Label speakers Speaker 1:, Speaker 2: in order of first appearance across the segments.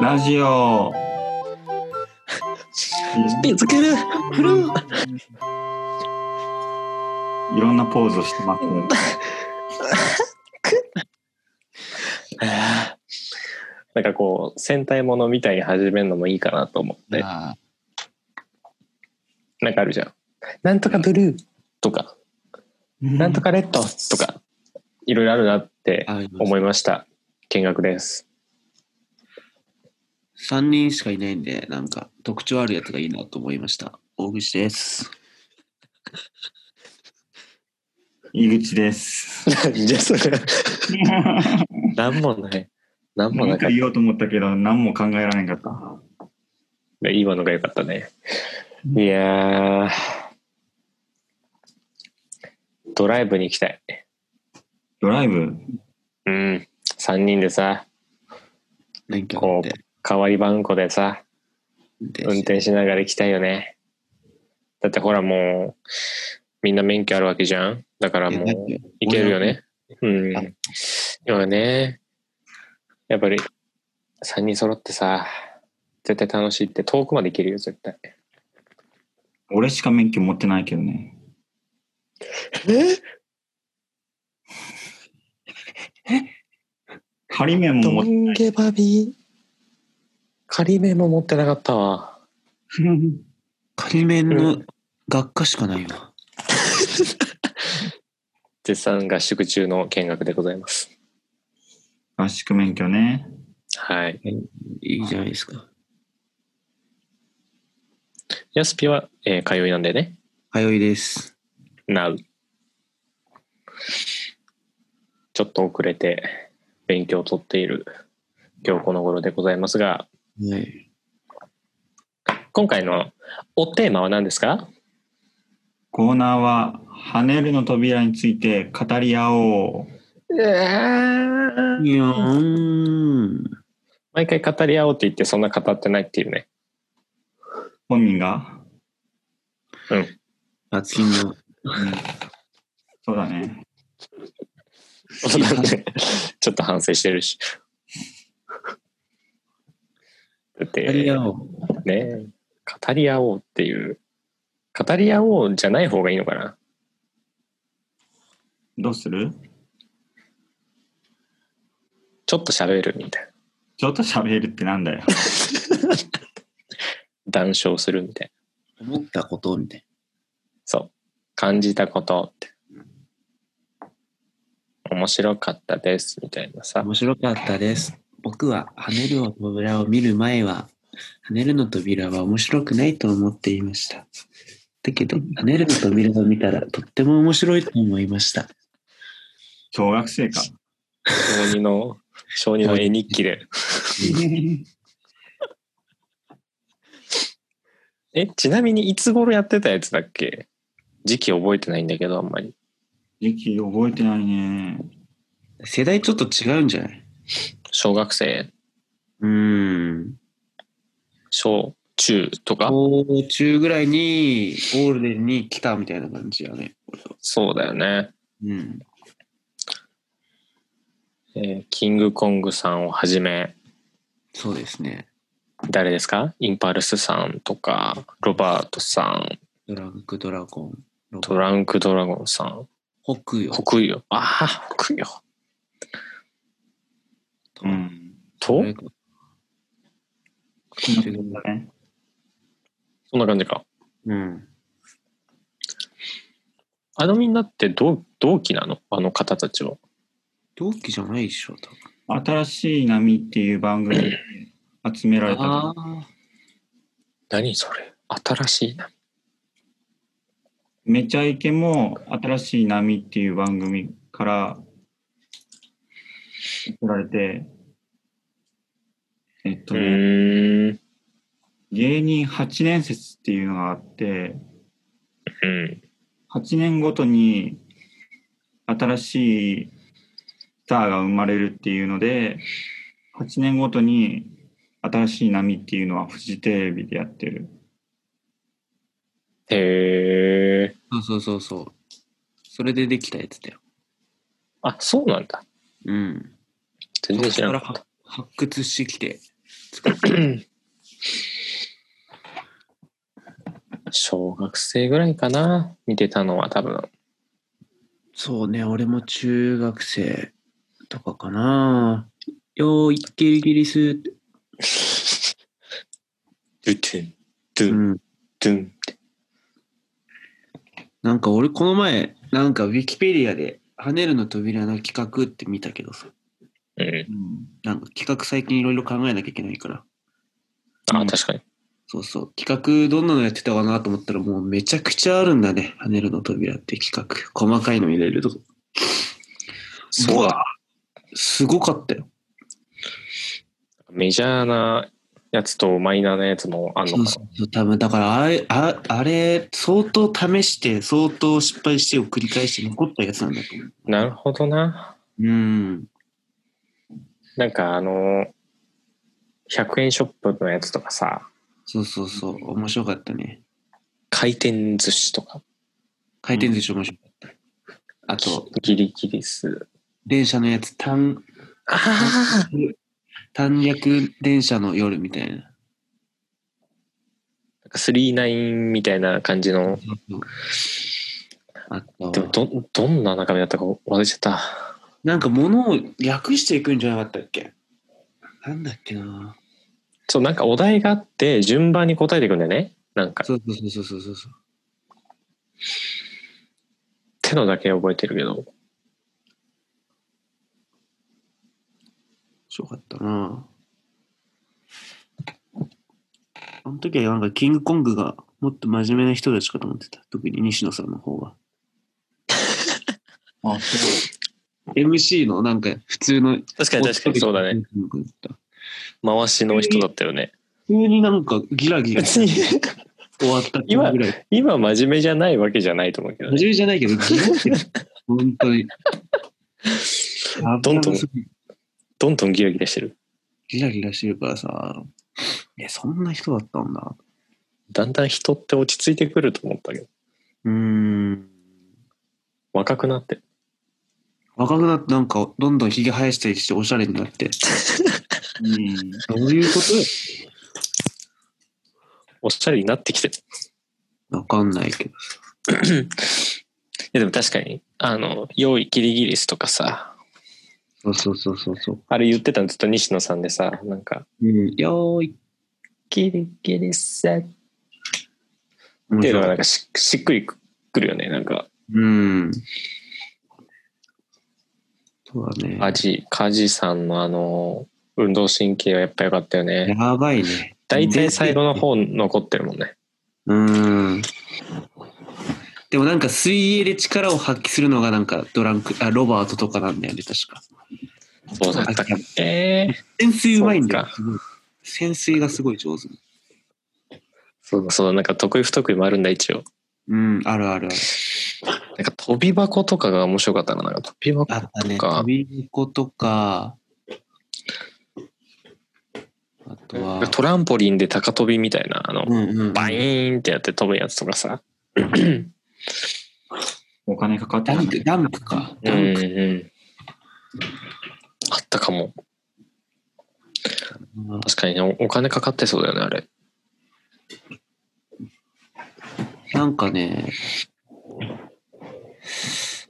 Speaker 1: ラジオ。
Speaker 2: 見つけるフルー
Speaker 1: いろんなポーズをしてますね。
Speaker 2: なんかこう戦隊ものみたいに始めるのもいいかなと思って
Speaker 3: ああ
Speaker 2: なんかあるじゃん「なんとかブルー」とか「なんと
Speaker 1: か。
Speaker 2: かレッド」とかいろいろあるなって
Speaker 3: あります
Speaker 2: 思いました見学です
Speaker 3: 三人しかいないんで、なんか特徴あるやつがいいなと思いました。大口です。
Speaker 1: 井口です。
Speaker 2: じゃあそ れ何もない何も
Speaker 1: 何
Speaker 2: なか
Speaker 1: か
Speaker 2: っ
Speaker 1: 言おうと思ったけど、何も考えられなかった
Speaker 2: いいものが良かったねいやードライブに行きたい
Speaker 1: た。ドライブ。
Speaker 2: うん3人でさ
Speaker 3: 免許
Speaker 2: こ
Speaker 3: 持って
Speaker 2: う代わりばんこでさ
Speaker 3: 運転
Speaker 2: 運
Speaker 3: して
Speaker 2: 転しながら行きたいよねだってほらもうみんな免許あるわけじゃんだからもう
Speaker 3: いやだって
Speaker 2: 行けるよねうん
Speaker 3: あ
Speaker 2: 今ねやっぱり3人揃ってさ絶対楽しいって遠くまで行けるよ絶対
Speaker 1: 俺しか免許持ってないけどね。
Speaker 2: え
Speaker 1: 仮面も持ってない。
Speaker 2: ゲバビー仮面も持ってなかったわ
Speaker 3: 仮面
Speaker 2: う
Speaker 3: の学科しかないわ。
Speaker 2: 絶賛合宿中の見学でございます
Speaker 1: 合宿免許ね。
Speaker 2: はい
Speaker 3: いいじゃないですか。
Speaker 2: ヤスピは、えー通いなんでね
Speaker 3: 通いです。
Speaker 2: なうちょっと遅れて勉強をとっている今日この頃でございますが
Speaker 3: はい。
Speaker 2: 今回のおテーマは何ですか
Speaker 1: コーナーは、跳ねるの扉について語り合おう。
Speaker 3: いやーん。
Speaker 2: 毎回語り合おうって言ってそんな語ってないっていう ね
Speaker 1: 本人が。
Speaker 3: 罰金の。
Speaker 1: うんそうだね。
Speaker 2: そうだねちょっと反省してるしだっ
Speaker 3: イタリ
Speaker 2: て
Speaker 3: アを
Speaker 2: ね語り合おうっていう語り合おうじゃない方がいいのかな
Speaker 1: どうする
Speaker 2: ちょっと喋るみたいな
Speaker 1: ちょっと喋るってなんだよ。
Speaker 2: 談笑するみたいな
Speaker 3: 思ったことみたい
Speaker 2: そう。感じたことって。面白かったです、みたいな
Speaker 3: な。
Speaker 2: さ。
Speaker 3: 面白かったです。僕は跳ねるの扉を見る前は、跳ねるの扉は面白くないと思っていました。だけど、跳ねるの扉を見たらとっても面白いと思いました。
Speaker 1: 小学生か。
Speaker 2: 小児の、小児の絵日記で。え、ちなみにいつ頃やってたやつだっけ時期覚えてないんだけど、あんまり。
Speaker 1: 時期覚えてないね。
Speaker 3: 世代ちょっと違うんじゃない
Speaker 2: 小学生、
Speaker 3: うーん。
Speaker 2: 小、中とか。
Speaker 3: 高中ぐらいにゴールデンに来たみたいな感じやね。俺は
Speaker 2: そうだよね。
Speaker 3: うん。
Speaker 2: えーキングコングさんをはじめ、
Speaker 3: そうですね。
Speaker 2: 誰ですかインパルスさんとか、ロバートさん、
Speaker 3: ドランクドラゴン。ロ
Speaker 2: トランクドラゴンさん、
Speaker 3: 北洋。
Speaker 2: 北洋。ああ、北洋。
Speaker 1: うん。
Speaker 2: と、
Speaker 1: そんな感じだね
Speaker 2: そんな感じか。
Speaker 3: うん。
Speaker 2: あのみんなって同同期なのあの方たちは。
Speaker 3: 同期じゃないでしょ、多分。
Speaker 1: 新しい波っていう番組で集められた。
Speaker 3: あ。
Speaker 2: 何それ新しいな。
Speaker 1: めちゃイケも新しい波っていう番組から送られて、えっと
Speaker 2: う
Speaker 1: ね、
Speaker 2: ーん。
Speaker 1: 芸人8年説っていうのがあって、
Speaker 2: うん。
Speaker 1: 8年ごとに新しいスターが生まれるっていうので、8年ごとに新しい波っていうのはフジテレビでやってる。
Speaker 2: へえ。
Speaker 3: そうそうそうそう。それでできたやつだよ。
Speaker 2: あ、そうなんだ。
Speaker 3: うん。
Speaker 2: 全然知ら
Speaker 3: そ
Speaker 2: な
Speaker 3: こ
Speaker 2: かっ
Speaker 3: から発掘してきて、
Speaker 2: た。小学生ぐらいかな見てたのは多分。
Speaker 3: そうね、俺も中学生とかかな。よーい、ギリギリスって。
Speaker 2: ドゥトゥン、ドゥ
Speaker 3: う
Speaker 2: ン、
Speaker 3: ん。
Speaker 2: ドゥンって。
Speaker 3: なんか俺この前、なんかウィキペディアで、跳ねるの扉の企画って見たけどさ、
Speaker 2: う
Speaker 1: う
Speaker 2: ん。
Speaker 1: ん
Speaker 3: なんか企画最近いろいろ考えなきゃいけないから。
Speaker 2: あ、
Speaker 1: うん
Speaker 2: 確かに。
Speaker 3: そうそう。企画どんなのやってたかなと思ったらもうめちゃくちゃあるんだね。跳ねるの扉って企画。細かいの入れると。
Speaker 2: そうだ。
Speaker 3: わ。すごかったよ。
Speaker 2: メジャーなやつとマイナーなやつもあんの
Speaker 3: そ
Speaker 2: か
Speaker 3: う
Speaker 2: な。
Speaker 3: そうそう。多分だからあれ、ああれ、相当試して、相当失敗してを繰り返して残ったやつなんだと思う。
Speaker 2: なるほどな。
Speaker 3: うん。
Speaker 2: なんかあの、100円ショップのやつとかさ、
Speaker 3: そうそうそう。面白かったね。
Speaker 2: 回転寿司とか、
Speaker 3: 回転寿司面白かった。あと、
Speaker 2: ギリギリス。
Speaker 3: 電車のやつ、単、
Speaker 2: ああ
Speaker 3: 単略電車の夜みたいな。
Speaker 2: !39 みたいな感じの、
Speaker 3: あと、
Speaker 2: でもど、どんな中身だったか忘れちゃった。
Speaker 3: なんか物を略していくんじゃなかったっけなんだっけな
Speaker 2: そう、なんかお題があって、順番に答えていくんだよね。なんか、
Speaker 3: そうそうそうそうそうそう。
Speaker 2: 手のだけ覚えてるけど。
Speaker 3: 面白かったなあの時はなんかキングコングがもっと真面目な人たちかと思ってた。特に西野さんの方が。
Speaker 1: あ、そ
Speaker 3: MC のなんか普通の。
Speaker 2: 確かに確かにそうだね。。回しの人だったよね。
Speaker 3: 普通になんかギラギラ
Speaker 2: 別に、
Speaker 3: 終わったっていうぐらい。
Speaker 2: 今真面目じゃないわけじゃないと思うけど
Speaker 3: 真
Speaker 2: ね。
Speaker 3: 面目じゃないけど、ギラギラ。本当に。
Speaker 2: どんどん
Speaker 3: 油がすごい
Speaker 2: どんどんギラギラしてる。
Speaker 3: ギラギラしてるからさ。え、そんな人だったんだ。
Speaker 2: だんだん人って落ち着いてくると思ったけど
Speaker 3: うーん。
Speaker 2: 若くなって
Speaker 3: 若くなってなんかどんどんひげ生やしたりしておしゃれになって。
Speaker 1: う。うん。
Speaker 3: どういうこ
Speaker 2: おしゃれになってきてるい
Speaker 3: とわかんないけど。
Speaker 2: やでも確かにあの用意キリギリスとかさ
Speaker 3: そうそうそうそうそう。
Speaker 2: あれ言ってたのずっと西野さんでさなんか
Speaker 3: うん。よーい。
Speaker 2: 「キリギリス」って
Speaker 3: 面
Speaker 2: いうのが
Speaker 3: 白
Speaker 2: ないんかししっくりくるよねなんか
Speaker 3: うん。そうだね。
Speaker 2: 梶梶さんのあの運動神経はやっぱ良かったよね
Speaker 3: やばいね。
Speaker 2: 大体最後の方残ってるもんね
Speaker 3: うーん。でもなんか水泳で力を発揮するのがなんかドランク、あ、ロバートとかなんだよね、確か。
Speaker 2: そうだったかえ
Speaker 3: 潜水うまいんだよ
Speaker 2: そ。
Speaker 3: すごい潜水がすごい上手。
Speaker 2: そうだそうだなんか得意不得意もあるんだ一応
Speaker 3: うん、あるあるある。
Speaker 2: なんか飛び箱とかが面白かったななんか飛び箱
Speaker 3: あったね。
Speaker 2: とか
Speaker 3: 飛び子とか、あとは、
Speaker 2: トランポリンで高飛びみたいなあの、
Speaker 3: うんうんうん、
Speaker 2: バイーンってやって飛ぶやつとかさ、
Speaker 1: お金かかって
Speaker 3: ダ
Speaker 1: た
Speaker 3: ンク、
Speaker 1: ね。
Speaker 3: ダンクか。
Speaker 2: う
Speaker 3: ダ
Speaker 2: ん
Speaker 3: ンク
Speaker 2: うん、あったかも
Speaker 3: な
Speaker 2: 確かにおお金かかってそうだよねあれ
Speaker 3: なんかね、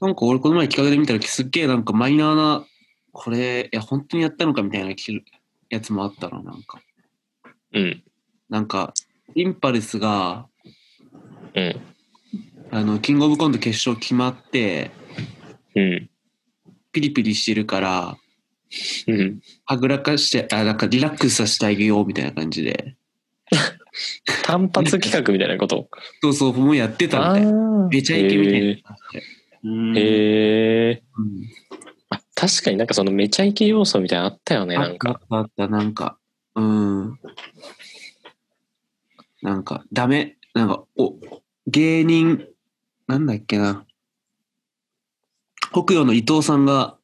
Speaker 3: なんか俺この前企画で見た時すっげえなんかマイナーな、これ、いや本当にやったのかみたいなきやつもあったな、なんか。
Speaker 2: うん
Speaker 3: なんか、インパルスが、
Speaker 2: うん
Speaker 3: あの、キングオブコント決勝決まって、
Speaker 2: うん
Speaker 3: ピリピリしてるから、
Speaker 2: うん
Speaker 3: はぐらかして、あ、なんかリラックスさせてあげようみたいな感じで。
Speaker 2: 単発企画みたいなこと
Speaker 3: そうそう、もうやってた
Speaker 2: あ
Speaker 3: みたいな。
Speaker 2: ー
Speaker 3: めちゃイケみたいな感じで。
Speaker 1: うん
Speaker 2: へえ
Speaker 3: うん
Speaker 2: 確かになんかそのめちゃイケ要素みたいなのあったよね
Speaker 3: あ
Speaker 2: な
Speaker 3: っ
Speaker 2: ん
Speaker 3: たあ
Speaker 2: か
Speaker 3: ったあった、なんか、うん。なんか、ダメ。なんか、お、芸人、なんだっけな。北洋の伊藤さんが、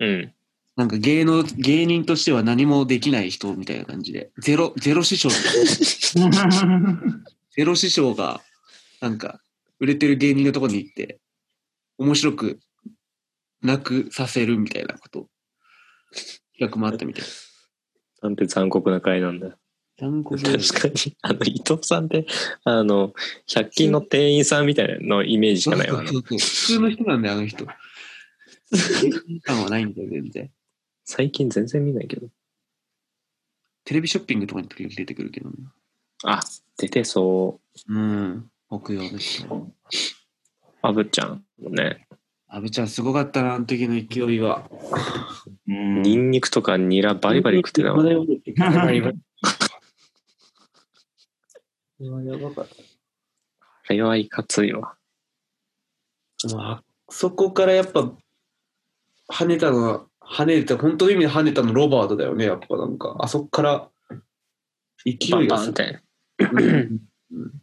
Speaker 2: うん
Speaker 3: なんか芸能、芸人としては何もできない人みたいな感じで、ゼロ、ゼロ師匠、ゼロ師匠が、なんか、売れてる芸人のとこに行って、面白く、なくさせるみたいなこと。企画もあったみたい。
Speaker 2: なんて残酷な回なんだ。
Speaker 3: 残酷
Speaker 2: 確かに。 あの、伊藤さんって、あの、100均の店員さんみたいなのイメージしかないわ。あの
Speaker 3: そうそうそう普通の人なんだよ、あの人。 感はないんだよ、全然。
Speaker 2: 最近全然見ないけど。
Speaker 3: テレビショッピングとかに時々出てくるけどね。
Speaker 2: あ、出てそ
Speaker 3: うん。北洋の人。
Speaker 2: う。あぶちゃんもね。
Speaker 3: 阿部ちゃん、すごかったな、あの時の勢いは。
Speaker 1: うん
Speaker 2: ニンニクとかニラバリバリ食ってたもんね。
Speaker 3: バリバリ
Speaker 2: あれはいかついわ。
Speaker 3: まあ、そこからやっぱ、跳ねたのは、跳ねた、本当の意味で跳ねたのロバートだよね、やっぱなんか。あそこから、
Speaker 2: バ
Speaker 3: 勢い
Speaker 2: ン
Speaker 3: が
Speaker 2: バ
Speaker 3: す
Speaker 2: ン
Speaker 3: ご
Speaker 2: っ
Speaker 3: い。
Speaker 2: て。
Speaker 3: うん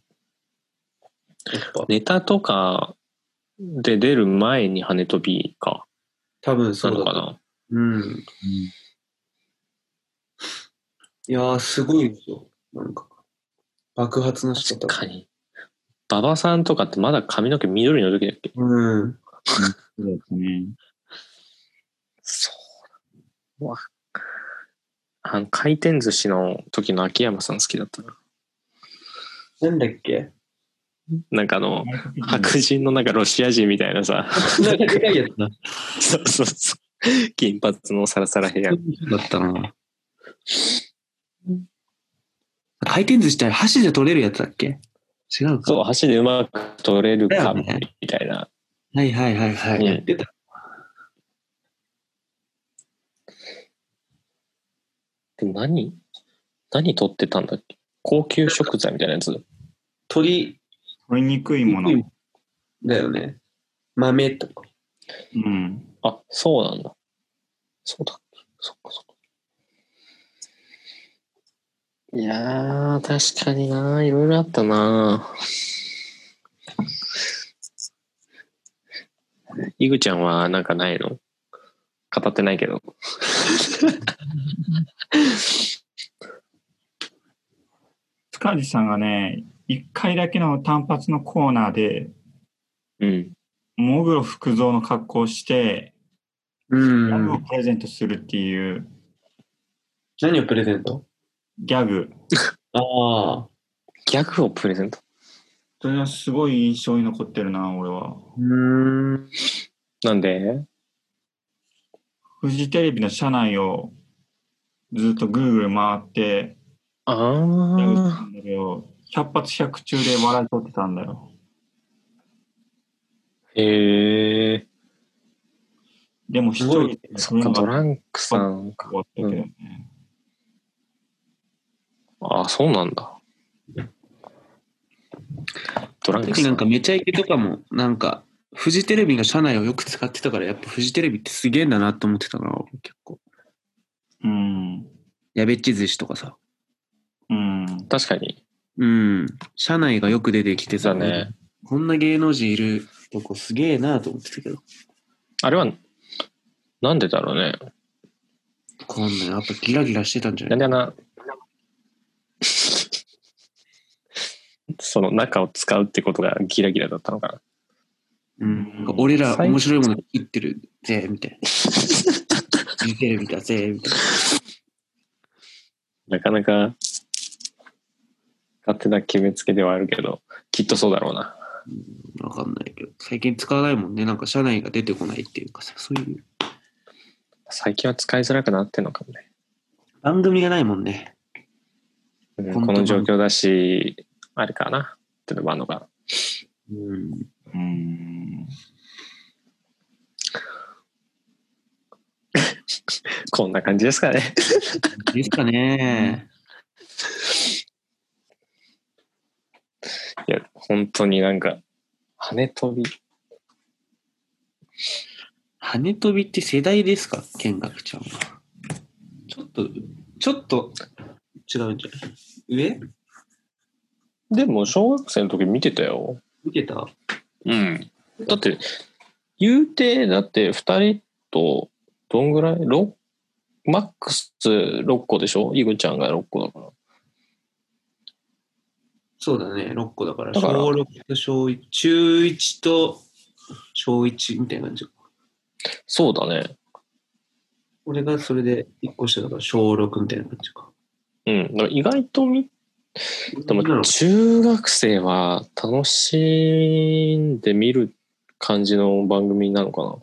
Speaker 3: やっぱ、
Speaker 2: ネタとかで出る前に羽飛びか。
Speaker 3: 多分そ
Speaker 2: なの
Speaker 3: うだと
Speaker 2: かな。
Speaker 3: うん。いやー、すごいですよ。なんか、爆発の仕
Speaker 2: 確
Speaker 3: 方。
Speaker 2: かに。馬場さんとかってまだ髪の毛緑の時だっけ
Speaker 3: うん。
Speaker 1: そうですね。
Speaker 2: そうだ。わあの回転寿司の時の秋山さん好きだったな。
Speaker 3: なんだっけ
Speaker 2: なんかあの、白人のなんかロシア人みたいな さ、
Speaker 3: なんか高いやつだ。
Speaker 2: そうそうそう。金髪のサラサラヘア。
Speaker 3: だったな。回転寿司って箸で取れるやつだっけ違うか。
Speaker 2: そう、箸でうまく取れる
Speaker 3: だ
Speaker 2: か、
Speaker 3: よね
Speaker 2: みたいな。
Speaker 3: はいはいはいは
Speaker 2: う
Speaker 3: い。
Speaker 2: ん
Speaker 3: やってた。
Speaker 2: でも何何取ってたんだっけ高級食材みたいなやつ。
Speaker 3: 鳥
Speaker 1: 取りにくいもの。
Speaker 3: だよね。豆とか。
Speaker 1: うん。
Speaker 2: あ、そうなんだ。そうだっけ。そっかそっか。いやー、確かにないろいろあったなイグちゃんはなんかないの語ってないけど。
Speaker 1: 塚地さんがね、一回だけの単発のコーナーで、
Speaker 2: うん。
Speaker 1: モグロ福蔵の格好をして、
Speaker 3: う
Speaker 1: ギャグを
Speaker 3: ん。
Speaker 1: プレゼントするっていう
Speaker 3: 何をプレゼント
Speaker 1: ギャグ。
Speaker 3: ああ。
Speaker 2: ギャグをプレゼント。
Speaker 1: それはすごい印象に残ってるな、俺は。
Speaker 3: うーん。
Speaker 2: なんで
Speaker 1: フジテレビの社内をずっとぐるぐる回って、
Speaker 2: あ
Speaker 1: ギャグ
Speaker 2: ー
Speaker 1: した。んだけど、100発100中で笑い取ってたんだよ。
Speaker 2: へえ。
Speaker 1: でも一人で
Speaker 2: そっか、ドランクさん。
Speaker 1: 終わったけどね。
Speaker 2: あ、そうなんだ。ドランク
Speaker 3: 特に
Speaker 2: さ
Speaker 3: なん
Speaker 2: ん。
Speaker 3: かめちゃイケとかも、なんか、フジテレビが社内をよく使ってたから、やっぱフジテレビってすげえんだなと思ってたから、俺結構。
Speaker 1: うん。
Speaker 3: やべっち寿司とかさ。
Speaker 1: うん。
Speaker 2: 確かに。
Speaker 3: うん。社内がよく出てきてさ、
Speaker 2: だね。
Speaker 3: こんな芸能人いるとこすげえなと思ってたけど。
Speaker 2: あれは、なんでだろうね。
Speaker 3: こんないやっぱギラギラしてたんじゃ
Speaker 2: なん
Speaker 3: な
Speaker 2: であ
Speaker 3: い
Speaker 2: んな、 その中を使うってことがギラギラだったのかな。
Speaker 3: うん。なんか俺ら面白いもの作ってるぜ、みたいな。フジテレビだぜ、みたいな。
Speaker 2: なかなか、勝手な決めつけではあるけど、きっとそうだろうな。
Speaker 3: わかんないけど。最近使わないもんね。なんか社内が出てこないっていうかさ、そういう
Speaker 2: 最近は使いづらくなってんのかもね。
Speaker 3: 番組がないもんね。
Speaker 2: うん
Speaker 3: 本当
Speaker 2: この状
Speaker 3: だ
Speaker 2: 況だし、あれかなってのもあるのかな。
Speaker 3: うん。
Speaker 1: うん。
Speaker 2: こんな感じですか ね。
Speaker 3: ですかね。
Speaker 2: いや、本当になんか、羽飛び。
Speaker 3: 羽飛びって世代ですか見学ちゃんは。ちょっと、ちょっと違うんじゃない上
Speaker 2: でも、小学生の時見てたよ。
Speaker 3: 見てた
Speaker 2: うん。だって、言うて、だって、二人と、どんぐらい六マックス6個でしょイグちゃんが6個だから。
Speaker 3: そうだね、6個だから。
Speaker 2: だから
Speaker 3: 小6と小1、中1と小1みたいな感じ。
Speaker 2: そうだね。
Speaker 3: 俺がそれで1個してたから小6みたいな感じか。
Speaker 2: うん。だから意外とみ、でも中学生は楽しんで見る感じの番組なのかな。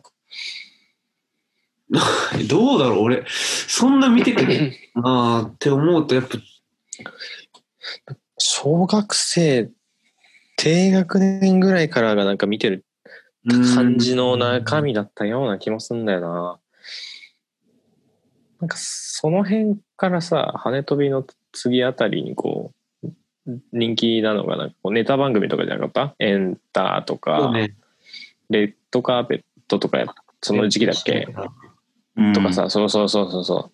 Speaker 3: どうだろう俺、そんな見てくれるなーって思うと、やっぱ、
Speaker 2: 小学生、低学年ぐらいからがなんか見てる感じの中身だったような気もすんだよな。なんかその辺からさ、羽飛びの次あたりにこう、人気なのがなんかこうネタ番組とかじゃなかったエンターと
Speaker 3: そう
Speaker 2: か、
Speaker 3: ね
Speaker 2: レッドカーペットとかやその時期だっけ
Speaker 1: うん
Speaker 2: とかさ、そうそうそうそうそう。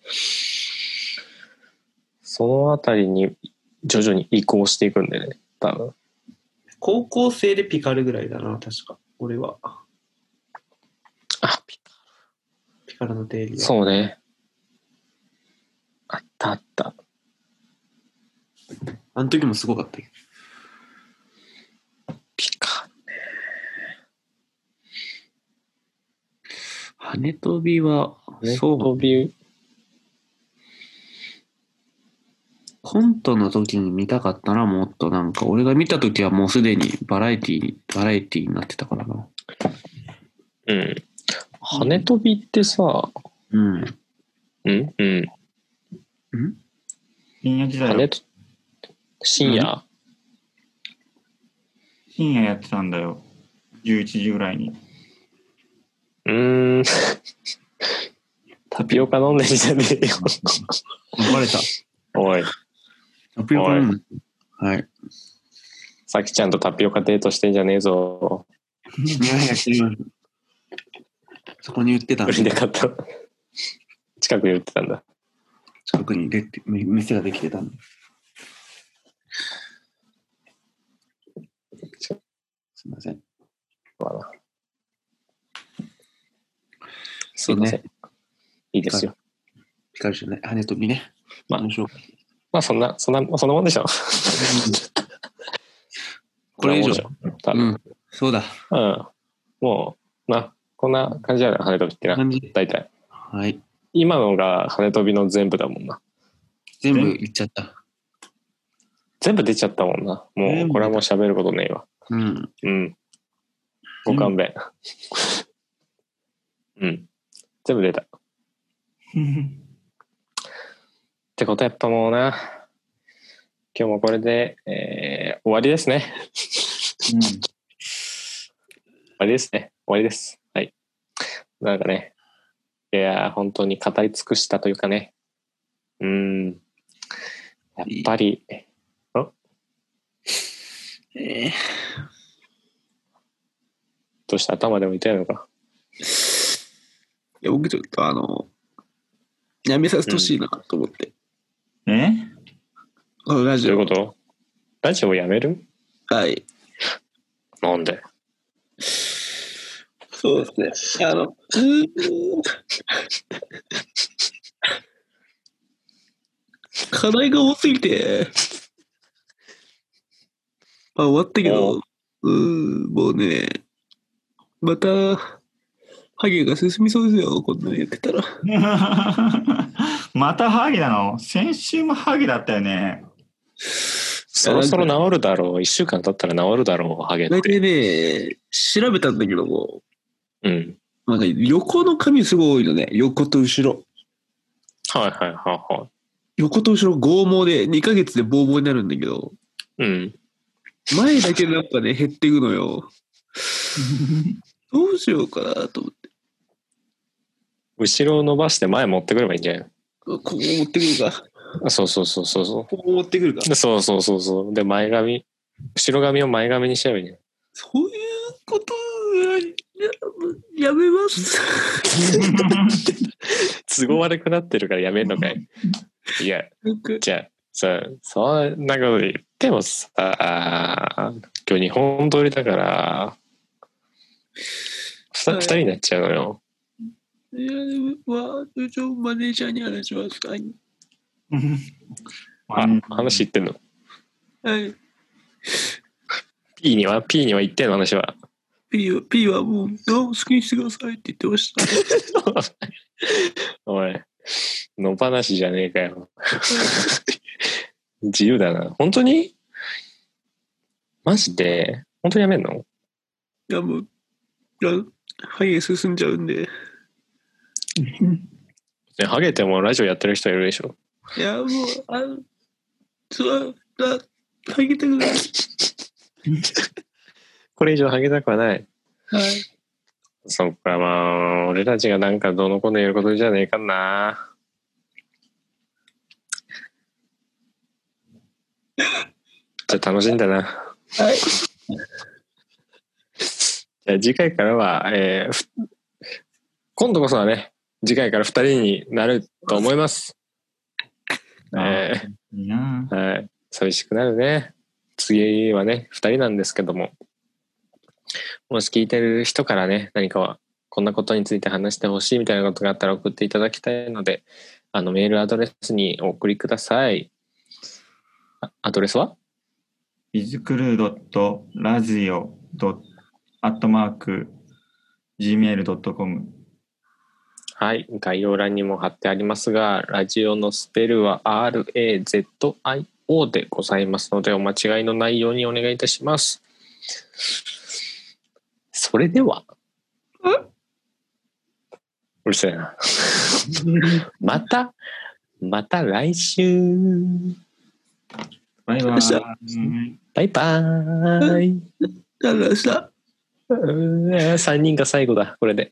Speaker 2: そのあたりに徐々に移行していくんだよね、多分。
Speaker 3: 高校生でピカルぐらいだな、確か。俺は。
Speaker 2: あ、
Speaker 3: ピカルの定理は。
Speaker 2: そうね。あったあった。
Speaker 3: あの時もすごかったけど。
Speaker 2: ピカ。
Speaker 3: 羽飛びは、
Speaker 2: そう。
Speaker 3: そう、コントの時に見たかったな、もっとなんか、俺が見た時はもうすでにバラエティに、バラエティになってたからな。
Speaker 2: うん。羽飛びってさ、
Speaker 3: うん。
Speaker 2: うんうん。
Speaker 1: 深夜時代
Speaker 2: 羽と深夜、
Speaker 1: 深夜やってたんだよ11時ぐらい に
Speaker 2: うーん。タピオカ飲んでんじゃねえよ。
Speaker 3: バレた。
Speaker 2: おい、
Speaker 3: タピオカ飲む はい。
Speaker 2: さきちゃんとタピオカデートしてんじゃねえぞ。
Speaker 3: そこに売ってた
Speaker 2: 売りで買った。近くに売ってたんだ。
Speaker 3: 近くにで店ができてたんで。すみません。
Speaker 2: すいません。いいですよ。
Speaker 3: ピカルじゃない。羽飛びね。
Speaker 2: まあ
Speaker 3: 面白かった
Speaker 2: まあそんな、そんな、そんなもんでしょ。
Speaker 3: これ以上
Speaker 2: そんなもんでしょ。多
Speaker 3: う
Speaker 2: 分。
Speaker 3: ん。そうだ。
Speaker 2: うん。もう、まあ、こんな感じやな、羽飛びってな。
Speaker 3: 感じ。
Speaker 2: 大体。
Speaker 3: はい。
Speaker 2: 今のが羽飛びの全部だもんな。
Speaker 3: 全部言っちゃった。
Speaker 2: 全部出ちゃったもんな。も
Speaker 3: 全
Speaker 2: う、
Speaker 3: 部
Speaker 2: これはもう喋ることねえわ。
Speaker 3: うん。
Speaker 2: うん。ご勘弁。うん。全部出た。ってことはやっぱもうな、今日もこれで、えー終わりですね。終わりですね。終わりです。はい。なんかね、いやー、本当に語り尽くしたというかね、うーん、やっぱり、
Speaker 3: えー
Speaker 2: どうして頭でも痛いのか。
Speaker 3: いや僕ちょっとあの、やめさせてほしいなと思って。
Speaker 1: え
Speaker 3: このラ
Speaker 2: どう
Speaker 3: ジ
Speaker 2: いう
Speaker 3: オ。
Speaker 2: ことラジオをやめる
Speaker 3: はい。
Speaker 2: なんで
Speaker 3: そうですね。あの、うー 課題が多すぎて。まあ終わったけ
Speaker 2: お
Speaker 3: ど、うーん、もうね、また、ハゲが進みそうですよ、こんなのやってたら。
Speaker 1: またハゲなの先週もハゲだったよ ね。
Speaker 2: そろそろ治るだろう。一週間経ったら治るだろう、ハゲっ
Speaker 3: 大
Speaker 2: て。
Speaker 3: 体ね、調べたんだけども、
Speaker 2: うん。
Speaker 3: なんか横の髪すごい多いのね、横と後ろ。
Speaker 2: はいはいはいは
Speaker 3: 横と後ろ剛毛で、2ヶ月でボーボーになるんだけど、
Speaker 2: い。うん。
Speaker 3: 前だけでやっぱね、減っていくのよ。どうしようかなと思って。
Speaker 2: 後ろを伸ばして前持ってくればいいんじゃない
Speaker 3: ここ持ってくるか。
Speaker 2: あそうそうそうそうそ
Speaker 3: ここ持ってくるか
Speaker 2: う。。でそうそうそうそう。で、前髪、後ろ髪を前髪にしちゃえばいいんじゃない
Speaker 3: そういうことはややめます。
Speaker 2: 都合悪くなってるからやめんのかいいや
Speaker 3: なんか
Speaker 2: じゃあさそんなこと言ってもさ今日日本撮りだから
Speaker 3: は
Speaker 2: 2
Speaker 3: い
Speaker 2: 人になっちゃうのよ
Speaker 3: いやでもまあ、一応マネージャーに話します。はい。
Speaker 2: あ話言ってんの
Speaker 3: はい。
Speaker 2: P には P には言ってんの話は
Speaker 3: P は、P はもう、どう好きにしてくださいって言ってました。
Speaker 2: おい、野放しじゃねえかよ。自由だな。本当にマジで本当にやめんの
Speaker 3: いや、もう、いや、ハゲ進んじゃうんで。
Speaker 2: ねハゲてもラジオやってる人いるでしょ。
Speaker 3: いや、もう、あの、つわ、だ、ハゲたくない。
Speaker 2: これ以上ハゲたくはない。
Speaker 3: はい。
Speaker 2: そっか、まあ、俺たちがなんかどうのこうの言うことじゃねえか な。じゃあ楽しんだな。
Speaker 3: はい。
Speaker 2: じゃあ次回からは、えーふ今度こそはね、次回から2人になると思います。え
Speaker 1: いいな
Speaker 2: ーはい。寂しくなるね。次はね、2人なんですけども。もし聞いてる人からね、何かは、こんなことについて話してほしいみたいなことがあったら送っていただきたいので、あのメールアドレスにお送りください。あアドレスは
Speaker 1: ビズクルードットラジオドットアットマーク gmail.com
Speaker 2: はい、概要欄にも貼ってありますが、ラジオのスペルは RAZIO でございますので、お間違いのないようにお願いいたします。それでは。うるせえな。 また、また来週。
Speaker 1: バイバ
Speaker 3: よっしゃ
Speaker 1: イ。
Speaker 2: バイバーイ。
Speaker 3: だからさ、
Speaker 2: 3人が最後だ、これで。